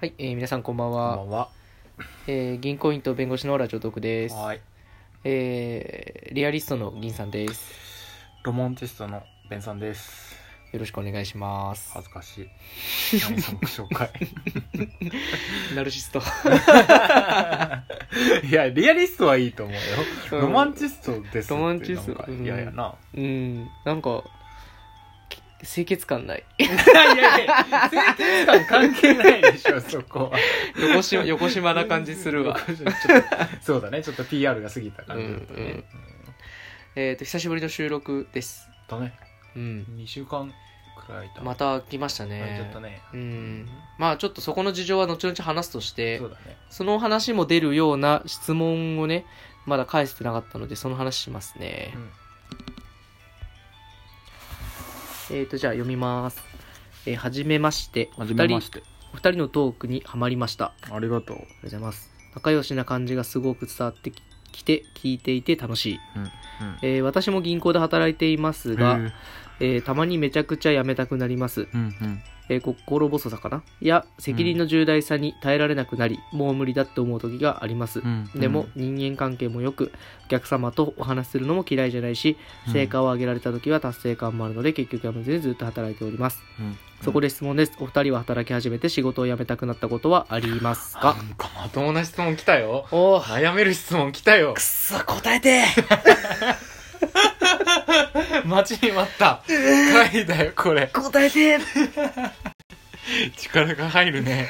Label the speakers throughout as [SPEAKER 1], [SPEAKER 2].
[SPEAKER 1] はい、えー皆さんこんばん
[SPEAKER 2] こ
[SPEAKER 1] は。
[SPEAKER 2] んばんは。
[SPEAKER 1] えー銀行員と弁護士のラジオトークです。
[SPEAKER 2] はい。
[SPEAKER 1] えーリアリストの銀さんです。
[SPEAKER 2] ロマンチストのベンさんです。
[SPEAKER 1] よろしくお願いします。
[SPEAKER 2] 恥ずかしい。何その紹介。
[SPEAKER 1] ナルシスト。
[SPEAKER 2] いや、リアリストはいいと思うよ。
[SPEAKER 1] うん
[SPEAKER 2] ロマンチストですって。
[SPEAKER 1] ロマンチスト
[SPEAKER 2] なんか
[SPEAKER 1] うん
[SPEAKER 2] いやいや な。
[SPEAKER 1] うん、なんか、き清潔感ない。
[SPEAKER 2] いやいや清潔感関係ないでしょ、そこは。
[SPEAKER 1] 横島、横島な感じする わ。
[SPEAKER 2] ちょっとそうだね、ちょっと PR が過ぎた感じだった
[SPEAKER 1] う
[SPEAKER 2] ね。
[SPEAKER 1] んうんえっと、久しぶりの収録です。
[SPEAKER 2] だね。
[SPEAKER 1] うん。
[SPEAKER 2] 2週間くらいだ。
[SPEAKER 1] また来ました
[SPEAKER 2] 空い
[SPEAKER 1] ね。
[SPEAKER 2] ちゃったね。
[SPEAKER 1] うん。まあちょっとそこの事情は後々話すとして
[SPEAKER 2] そ、うだね。
[SPEAKER 1] その話も出るような質問をね、まだ返せてなかったので、その話しますね。
[SPEAKER 2] うん
[SPEAKER 1] えーと、じゃあ読みます。えーはじめまして。お二人、
[SPEAKER 2] て。
[SPEAKER 1] お二人のトークにはまりました。あり
[SPEAKER 2] ありがとう。
[SPEAKER 1] がとうございます。仲良しな感じがすごく伝わってききて、聞いていて楽しい。
[SPEAKER 2] うん。
[SPEAKER 1] えー私も銀行で働いていますが、
[SPEAKER 2] うん
[SPEAKER 1] えーたまにめちゃくちゃ辞めたくなります。
[SPEAKER 2] うん。
[SPEAKER 1] えー心細さかなや、責任の重大さに耐えられなくなり、もう無理だって思う時があります。
[SPEAKER 2] うん
[SPEAKER 1] でも、人間関係も良くお客様とお話しするのも嫌いじゃないし
[SPEAKER 2] うん
[SPEAKER 1] 成果を上げられた時は達成感もあるので結局やめずにずっと働いております
[SPEAKER 2] うん
[SPEAKER 1] そこで質問ですお二人は働き始めて仕事を辞めたくなったことはありますか
[SPEAKER 2] なんかまともな質問来たよ
[SPEAKER 1] おー
[SPEAKER 2] 悩める質問来たよ
[SPEAKER 1] くっそ答えて
[SPEAKER 2] 待ちに待った回だよこれ
[SPEAKER 1] 答えて
[SPEAKER 2] 力が入るね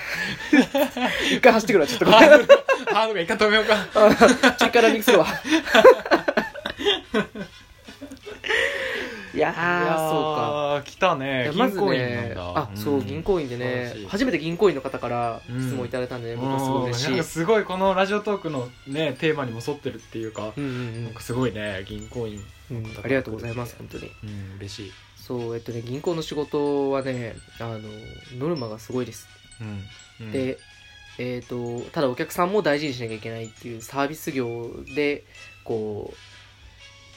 [SPEAKER 1] 一回走ってくるわちょっと
[SPEAKER 2] ハードルハードルが一回止めようか
[SPEAKER 1] チェッカーランニングするわいやーそうか
[SPEAKER 2] うか来た
[SPEAKER 1] い
[SPEAKER 2] ね
[SPEAKER 1] やま
[SPEAKER 2] 銀
[SPEAKER 1] ず
[SPEAKER 2] 行員なん
[SPEAKER 1] ね、
[SPEAKER 2] だ
[SPEAKER 1] あ、そう、銀行員でね
[SPEAKER 2] 素晴らし、い
[SPEAKER 1] 初めて銀行員の方から
[SPEAKER 2] うん
[SPEAKER 1] 質問いただいたんでね、僕はすごい
[SPEAKER 2] うんなん
[SPEAKER 1] 嬉
[SPEAKER 2] か
[SPEAKER 1] しい。
[SPEAKER 2] すごいこのラジオトークのねテーマにも沿ってるっていうか
[SPEAKER 1] うん
[SPEAKER 2] なんかすごいね銀行員
[SPEAKER 1] うんうん、うん、ありがとうございます、本当に。
[SPEAKER 2] うん嬉しい
[SPEAKER 1] そう、えっとね、銀行の仕事はね、あの、ノルマがすごいです。
[SPEAKER 2] うん
[SPEAKER 1] で、えっ、と、ただお客さんも大事にしなきゃいけないっていうサービス業で、こう、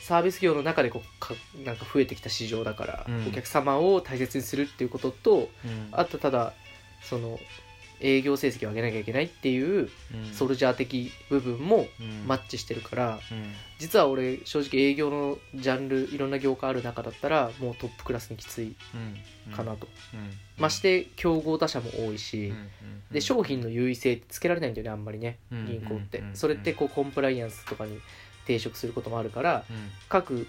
[SPEAKER 1] サービス業の中でこうかなんか増えてきた市場だから、
[SPEAKER 2] うん
[SPEAKER 1] お客様を大切にするっていうことと
[SPEAKER 2] うん
[SPEAKER 1] あとただその営業成績を上げなきゃいけないっていう
[SPEAKER 2] うん
[SPEAKER 1] ソルジャー的部分も
[SPEAKER 2] うん
[SPEAKER 1] マッチしてるから
[SPEAKER 2] うん
[SPEAKER 1] 実は俺正直営業のジャンルいろんな業界ある中だったらもうトップクラスにきつい
[SPEAKER 2] うん
[SPEAKER 1] かなと、
[SPEAKER 2] うん
[SPEAKER 1] まして競合他社も多いし、で商品
[SPEAKER 2] の
[SPEAKER 1] の優位性ってつけられないんだよねあんまりね銀行って、それってこうコンプライアンスとかに抵触することもあるから
[SPEAKER 2] うん、
[SPEAKER 1] 各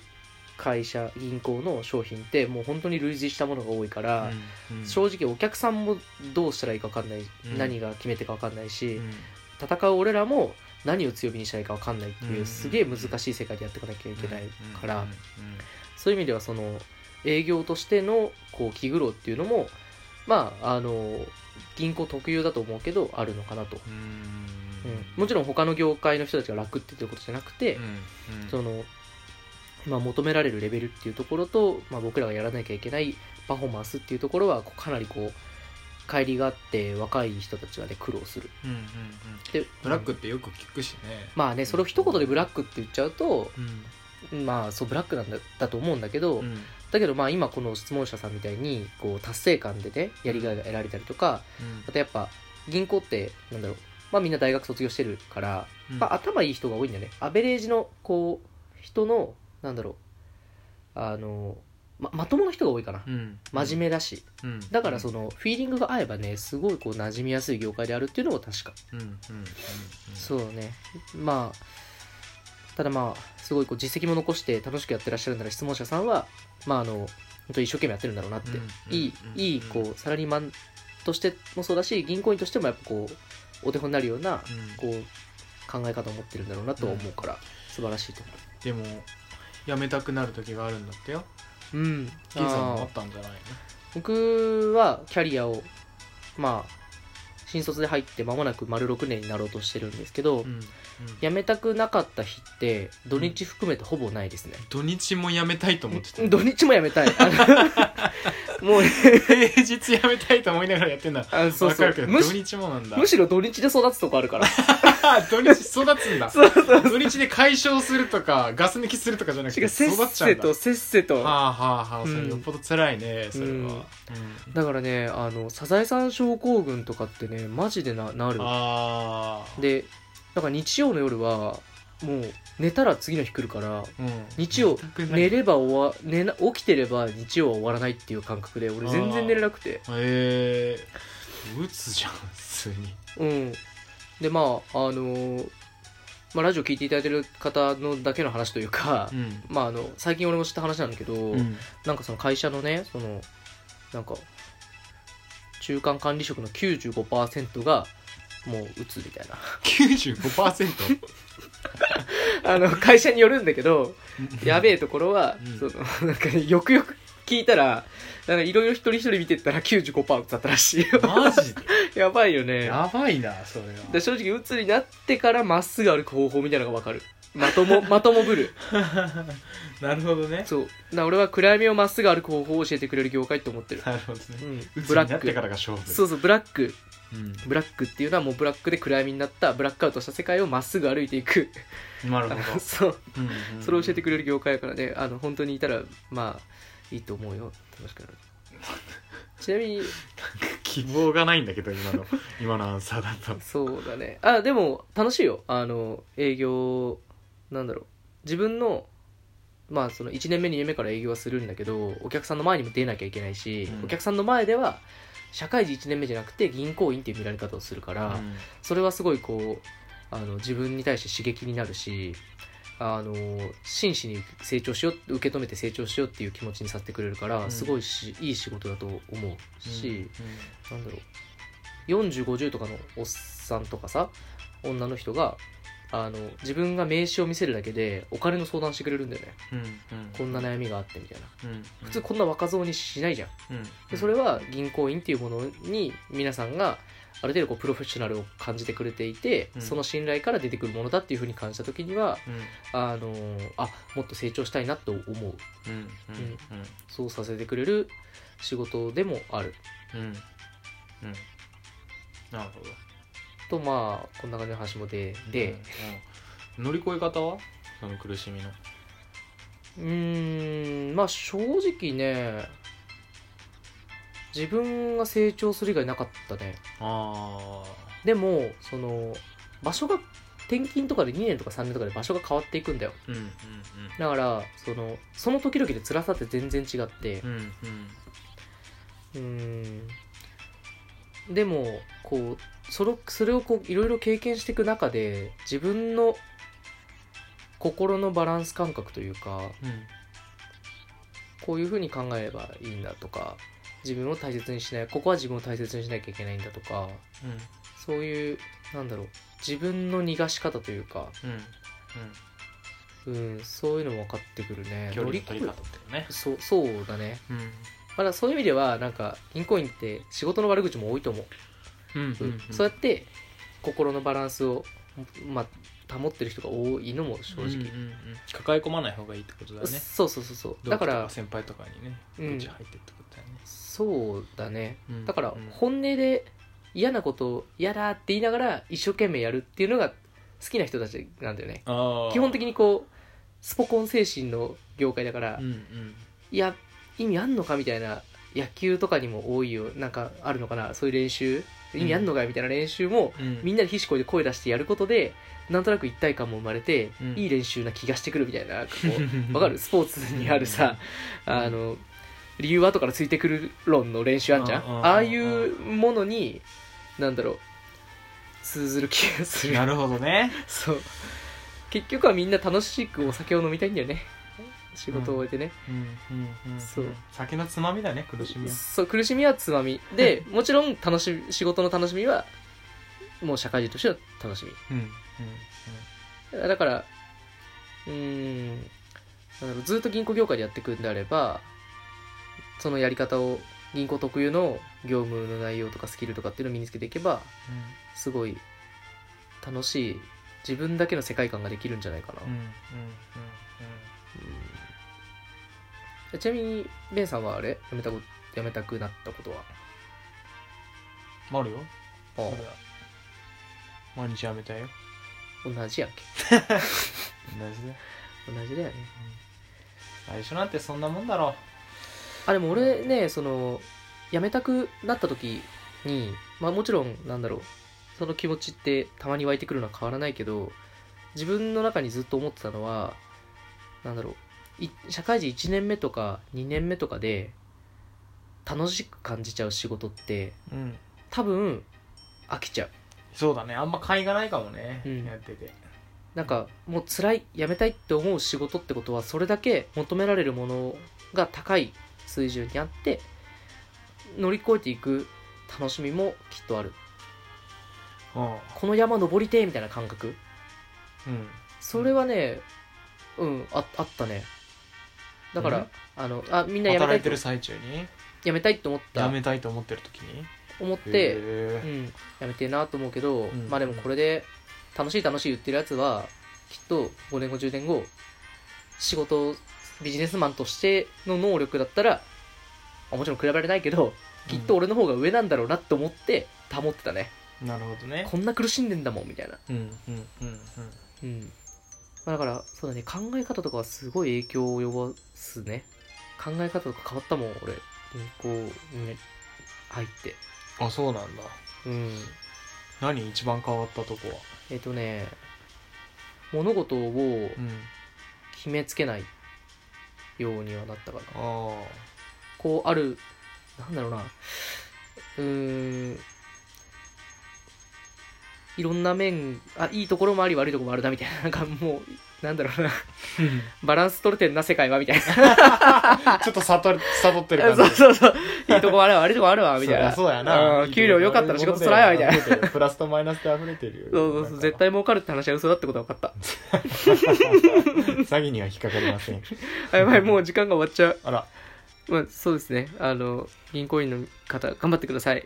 [SPEAKER 1] 会社銀行の商品ってもう本当に類似したものが多いから、
[SPEAKER 2] うん
[SPEAKER 1] 正直お客さんもどうしたらいいか分かんない、
[SPEAKER 2] ん
[SPEAKER 1] 何が決めてか分かんないし、
[SPEAKER 2] うん
[SPEAKER 1] 戦う俺らも何を強火にしたらいいか分かんないっていう、
[SPEAKER 2] うん
[SPEAKER 1] すげえ難しい世界でやっていかなきゃいけないから、
[SPEAKER 2] うん
[SPEAKER 1] そういう意味ではその営業としてのこう気苦労っていうのもまああの銀行特有だと思うけどあるのかなと、
[SPEAKER 2] うん
[SPEAKER 1] う
[SPEAKER 2] うんん
[SPEAKER 1] もちろん他の業界の人たちが楽っていうことじゃなくて、
[SPEAKER 2] うんうん
[SPEAKER 1] その、まあ、求められるレベルっていうところと、まあ、僕らがやらなきゃいけないパフォーマンスっていうところはこうかなりこう乖離があって若い人たちがね苦労する
[SPEAKER 2] うんうんうん
[SPEAKER 1] で
[SPEAKER 2] ブラックってよく聞くしね
[SPEAKER 1] まあねそれを一言でブラックって言っちゃうと
[SPEAKER 2] うん
[SPEAKER 1] まあそうブラックなんだだと思うんだけど、
[SPEAKER 2] うん
[SPEAKER 1] だけどまあ今この質問者さんみたいにこう達成感でねやりがいが得られたりとかあとやっぱ銀行ってなんだろうまあみんな大学卒業してるから、
[SPEAKER 2] うん
[SPEAKER 1] まあ、頭いい人が多いんだよねアベレージのこう人のなんだろうあのままともな人が多いかな
[SPEAKER 2] うん
[SPEAKER 1] 真面目だし
[SPEAKER 2] 目うん
[SPEAKER 1] だからそのフィーリングが合えばねすごいこう馴染みやすい業界であるっていうのも確か
[SPEAKER 2] うんうんうんうん
[SPEAKER 1] そうねまあただまあすごいこう実績も残して楽しくやってらっしゃるなら質問者さんはまああの本当に一生懸命やってるんだろうなって、
[SPEAKER 2] うんうん
[SPEAKER 1] いい
[SPEAKER 2] うん
[SPEAKER 1] いいこうサラリーマンとしてもそうだし銀行員としてもやっぱこうお手本になるような
[SPEAKER 2] うん
[SPEAKER 1] こう考え方を持ってるんだろうなとは思うから、素晴らしいと思
[SPEAKER 2] でもやめたくなる時があるんだってよ
[SPEAKER 1] ううん
[SPEAKER 2] 金さんもあったんじゃないの
[SPEAKER 1] 僕はキャリアをまあ新卒で入って間もなく丸6年になろうとしてるんですけど、
[SPEAKER 2] うんうん
[SPEAKER 1] 辞めたくなかった日って土日含めてほぼないですね、
[SPEAKER 2] 土日もやめたいと思って た
[SPEAKER 1] 土日もやめたい。あの もうね、
[SPEAKER 2] 平日やめたいと思いながらやってんだ
[SPEAKER 1] あのそう
[SPEAKER 2] わか
[SPEAKER 1] そう
[SPEAKER 2] るけど
[SPEAKER 1] む
[SPEAKER 2] 土
[SPEAKER 1] し。
[SPEAKER 2] 日もなんだ
[SPEAKER 1] むしろ土日で育つとこある から。
[SPEAKER 2] あ 土日育つんだ
[SPEAKER 1] そうそう。
[SPEAKER 2] 土日で解消するとかガス抜きするとかじゃなく
[SPEAKER 1] 違
[SPEAKER 2] て
[SPEAKER 1] う、せ
[SPEAKER 2] 育
[SPEAKER 1] っ
[SPEAKER 2] っちゃう
[SPEAKER 1] せ
[SPEAKER 2] んだは
[SPEAKER 1] とせっせと。
[SPEAKER 2] あはあはあそれよっぽど辛いねそれは
[SPEAKER 1] うんだからね、あの、サザエさん症候群とかってね、ねマジでななる
[SPEAKER 2] ああ
[SPEAKER 1] でだから日曜の夜はもう寝たら次の日来るから
[SPEAKER 2] うん
[SPEAKER 1] 日曜
[SPEAKER 2] 全くない
[SPEAKER 1] 寝れば終わ寝な起きてれば日曜は終わらないっていう感覚で俺全然寝れなくて
[SPEAKER 2] ええ打つじゃん普通に
[SPEAKER 1] うんでまああのーまあ、ラジオ聞いていただいてる方のだけの話というか、
[SPEAKER 2] ん
[SPEAKER 1] まああの最近俺も知った話なんだけど、
[SPEAKER 2] うん
[SPEAKER 1] なんかその会社のねそのなんか中間管理職の95%がもう鬱みたいな
[SPEAKER 2] 95%?
[SPEAKER 1] あの会社によるんだけど やべ
[SPEAKER 2] え
[SPEAKER 1] えところは、
[SPEAKER 2] うん
[SPEAKER 1] そのなん かよくよく聞いたらなんかいろいろ一人一人見てったら95%鬱だったらしいよ
[SPEAKER 2] マジで
[SPEAKER 1] やばいよね
[SPEAKER 2] やばいなそれは
[SPEAKER 1] で正直鬱になってからまっすぐ歩く方法みたいなのが分かるまとも まともぶる
[SPEAKER 2] なるほどね
[SPEAKER 1] そうだから俺は暗闇をまっすぐ歩く方法を教えてくれる業界って思ってる、
[SPEAKER 2] なるほど
[SPEAKER 1] う
[SPEAKER 2] ね
[SPEAKER 1] ん
[SPEAKER 2] 打、つ
[SPEAKER 1] ブ
[SPEAKER 2] に
[SPEAKER 1] ラッ
[SPEAKER 2] なって
[SPEAKER 1] ク
[SPEAKER 2] からが勝負
[SPEAKER 1] そうそうブラック
[SPEAKER 2] うん
[SPEAKER 1] ブラックっていうのはもうブラックで暗闇になったブラックアウトした世界をまっすぐ歩いていく
[SPEAKER 2] なる
[SPEAKER 1] あ
[SPEAKER 2] ほ
[SPEAKER 1] の
[SPEAKER 2] ど
[SPEAKER 1] そう
[SPEAKER 2] うんうん
[SPEAKER 1] それを教えてくれる業界やからねあの本当にいたらまあいいと思うよ楽しくなるちなみに
[SPEAKER 2] 希望がないんだけど今 の今のアンサーだと
[SPEAKER 1] そうだねあでも楽しいよあの営業なんだろう自分のまあその1年目2年目から営業はするんだけどお客さんの前にも出なきゃいけないし、
[SPEAKER 2] うん
[SPEAKER 1] お客さんの前では社会人1年目じゃなくて銀行員っていう見られ方をするから、
[SPEAKER 2] うん
[SPEAKER 1] それはすごいこうあの自分に対して刺激になるしあの真摯に成長しよう受け止めて成長しようっていう気持ちにさせてくれるから、
[SPEAKER 2] うん
[SPEAKER 1] すごいしいい仕事だと思うし、
[SPEAKER 2] うん
[SPEAKER 1] なんだろう4050とかのおっさんとかさ女の人があの自分が名刺を見せるだけでお金の相談してくれるんだよね
[SPEAKER 2] うんうん
[SPEAKER 1] こんな悩みがあってみたいな
[SPEAKER 2] うん
[SPEAKER 1] 普通こんな若造にしないじゃん
[SPEAKER 2] うん
[SPEAKER 1] でそれは銀行員っていうものに皆さんがある程度こうプロフェッショナルを感じてくれていて、
[SPEAKER 2] うん
[SPEAKER 1] その信頼から出てくるものだっていうふうに感じた時には
[SPEAKER 2] うん
[SPEAKER 1] あのあもっと成長したいなと思う
[SPEAKER 2] うんうん
[SPEAKER 1] そうさせてくれる仕事でもある
[SPEAKER 2] うんうんうんなるほど
[SPEAKER 1] とまあこんな感じの話もでで、
[SPEAKER 2] うんうん乗り越え方はその苦しみの
[SPEAKER 1] うーんまあ正直ね自分が成長する以外なかったね
[SPEAKER 2] あ
[SPEAKER 1] でもその場所が転勤とかで2年とか3年とかで場所が変わっていくんだよ
[SPEAKER 2] うんうん
[SPEAKER 1] だからそのその時々で辛さって全然違って
[SPEAKER 2] うんうん
[SPEAKER 1] うーんでもこうそれそれをこういろいろ経験していく中で自分の心のバランス感覚というか
[SPEAKER 2] うん
[SPEAKER 1] こういうふうに考えればいいんだとか自分を大切にしないここは自分を大切にしなきゃいけないんだとか
[SPEAKER 2] うん
[SPEAKER 1] そういうなんだろう自分の逃がし方というか、
[SPEAKER 2] うん
[SPEAKER 1] うん、そういうのも分かってくるね
[SPEAKER 2] うん距離の
[SPEAKER 1] 乗
[SPEAKER 2] 取
[SPEAKER 1] り越
[SPEAKER 2] り方ってね
[SPEAKER 1] えそうそうだね
[SPEAKER 2] うん
[SPEAKER 1] まだそういう意味ではなんか銀行員って仕事の悪口も多いと思う、
[SPEAKER 2] うん
[SPEAKER 1] うんそうやって心のバランスを、まあ、保ってる人が多いのも正直、
[SPEAKER 2] うんうんうん抱え込まない方がいいってことだね
[SPEAKER 1] そうそうそうそうだか
[SPEAKER 2] 同期と
[SPEAKER 1] ら
[SPEAKER 2] 先輩とかにね
[SPEAKER 1] うん
[SPEAKER 2] うち入ってってことだよね
[SPEAKER 1] そうだね
[SPEAKER 2] うん
[SPEAKER 1] だから
[SPEAKER 2] うん
[SPEAKER 1] 本音で嫌なことを嫌だって言いながら一生懸命やるっていうのが好きな人たちなんだよね
[SPEAKER 2] あー
[SPEAKER 1] 基本的にこうスポコン精神の業界だから、
[SPEAKER 2] うんうん
[SPEAKER 1] いや意味あんのかみたいな野球とかにも多いよなんかあるのかなそういう練習意味あんのかよみたいな練習も、
[SPEAKER 2] うん
[SPEAKER 1] みんなでひしこいで声出してやることでなんとなく一体感も生まれて、
[SPEAKER 2] うん
[SPEAKER 1] いい練習な気がしてくるみたいななんかこ うわかるスポーツにあるさ、
[SPEAKER 2] うん
[SPEAKER 1] あの理由は後からついてくる論の練習あんじゃん
[SPEAKER 2] うんうんうんうん
[SPEAKER 1] ああいうものになんだろう通ずる気がする
[SPEAKER 2] なるほどね
[SPEAKER 1] そう結局はみんな楽しくお酒を飲みたいんだよね仕事を終えてね、
[SPEAKER 2] うんうんうん
[SPEAKER 1] そう
[SPEAKER 2] 酒のつまみだね苦しみは
[SPEAKER 1] そう苦しみはつまみでもちろん楽しみ仕事の楽しみはもう社会人としての楽しみ
[SPEAKER 2] うんうんうん
[SPEAKER 1] だから、うーん、なんだろうずっと銀行業界でやっていくんであれば、そのやり方を、銀行特有の業務の内容とかスキルとかっていうのを身につけていけば、すごい楽しい、自分だけの世界観ができるんじゃないかな。
[SPEAKER 2] うんうんうんうん
[SPEAKER 1] うんちなみに、ベンさんはあれ辞めたこ辞めたくなったことは
[SPEAKER 2] まるよ
[SPEAKER 1] あ
[SPEAKER 2] それは毎日やめたよ
[SPEAKER 1] あ同じやんけ。
[SPEAKER 2] 同じで
[SPEAKER 1] 同じだよね。
[SPEAKER 2] 最初なんてそんなもんだろ
[SPEAKER 1] あ、でも俺ね、その、辞めたくなった時、に、まあもちろんなんだろう、その気持ちってたまに湧いてくるのは変わらないけど、自分の中にずっと思ってたのは、なんだろう、い社会人1年目とか2年目とかで、楽しく感じちゃう仕事って、
[SPEAKER 2] うん
[SPEAKER 1] 多分、飽きちゃう。
[SPEAKER 2] そうだねあんま買いがないかもね、
[SPEAKER 1] うん
[SPEAKER 2] やってて
[SPEAKER 1] なんか、もう辛い、やめたいって思う仕事ってことは、それだけ求められるものが高い水準にあって、乗り越えていく楽しみもきっとある。
[SPEAKER 2] うん
[SPEAKER 1] この山登りてえみたいな感覚
[SPEAKER 2] うん
[SPEAKER 1] それはねうんああったねだから、
[SPEAKER 2] うん
[SPEAKER 1] あのあみんな辞めた
[SPEAKER 2] 働
[SPEAKER 1] い
[SPEAKER 2] いて
[SPEAKER 1] と
[SPEAKER 2] る最中に
[SPEAKER 1] 辞めたいって思った
[SPEAKER 2] やめたいと思ってる時に
[SPEAKER 1] 思っ
[SPEAKER 2] へ
[SPEAKER 1] て、う
[SPEAKER 2] え
[SPEAKER 1] ん、辞めてえなと思うけど、
[SPEAKER 2] ん
[SPEAKER 1] まあでもこれで楽しい楽しい言ってるやつはきっと5年後10年後仕事ビジネスマンとしての能力だったらあもちろん比べられないけどきっと俺の方が上なんだろうなって思って保ってたね、
[SPEAKER 2] うんなるほどね
[SPEAKER 1] こんな苦しんでんだもんみたいな
[SPEAKER 2] うんうんうんうん
[SPEAKER 1] うん。まあ、だから、そうだね、考え方とかはすごい影響を及ぼすね。考え方とか変わったもん、俺。銀行に入って。
[SPEAKER 2] あそうなんだ
[SPEAKER 1] うん。
[SPEAKER 2] 何一番変わったとこは
[SPEAKER 1] えっ、とね、物事を
[SPEAKER 2] うん
[SPEAKER 1] 決めつけないようにはなったかな。
[SPEAKER 2] あ
[SPEAKER 1] こう、ある、なんだろうな。うーん。いろんな面、あ、いいところもあり悪いところもあるな、みたいな。なんかもう、なんだろうな。バランス取れてんな、世界は、みたいな。
[SPEAKER 2] あちょっと悟る悟って
[SPEAKER 1] そ
[SPEAKER 2] る感
[SPEAKER 1] う
[SPEAKER 2] じ
[SPEAKER 1] そうそう。いいとこあるわ、悪いとこあるわ、み
[SPEAKER 2] そ
[SPEAKER 1] た
[SPEAKER 2] り
[SPEAKER 1] い
[SPEAKER 2] ゃ
[SPEAKER 1] な。
[SPEAKER 2] そうやな、
[SPEAKER 1] うん給料良かったら仕事つらいわみ たいな
[SPEAKER 2] なプラスとマイナスで溢れてるよ
[SPEAKER 1] そうそうそう。絶対儲かるって話は嘘だってことは分かっ
[SPEAKER 2] 詐欺には引っかかりません
[SPEAKER 1] た。あやばい、もう時間が終わっちゃう。
[SPEAKER 2] あら
[SPEAKER 1] まあ、そうですね。あの、銀行員の方、頑張ってください。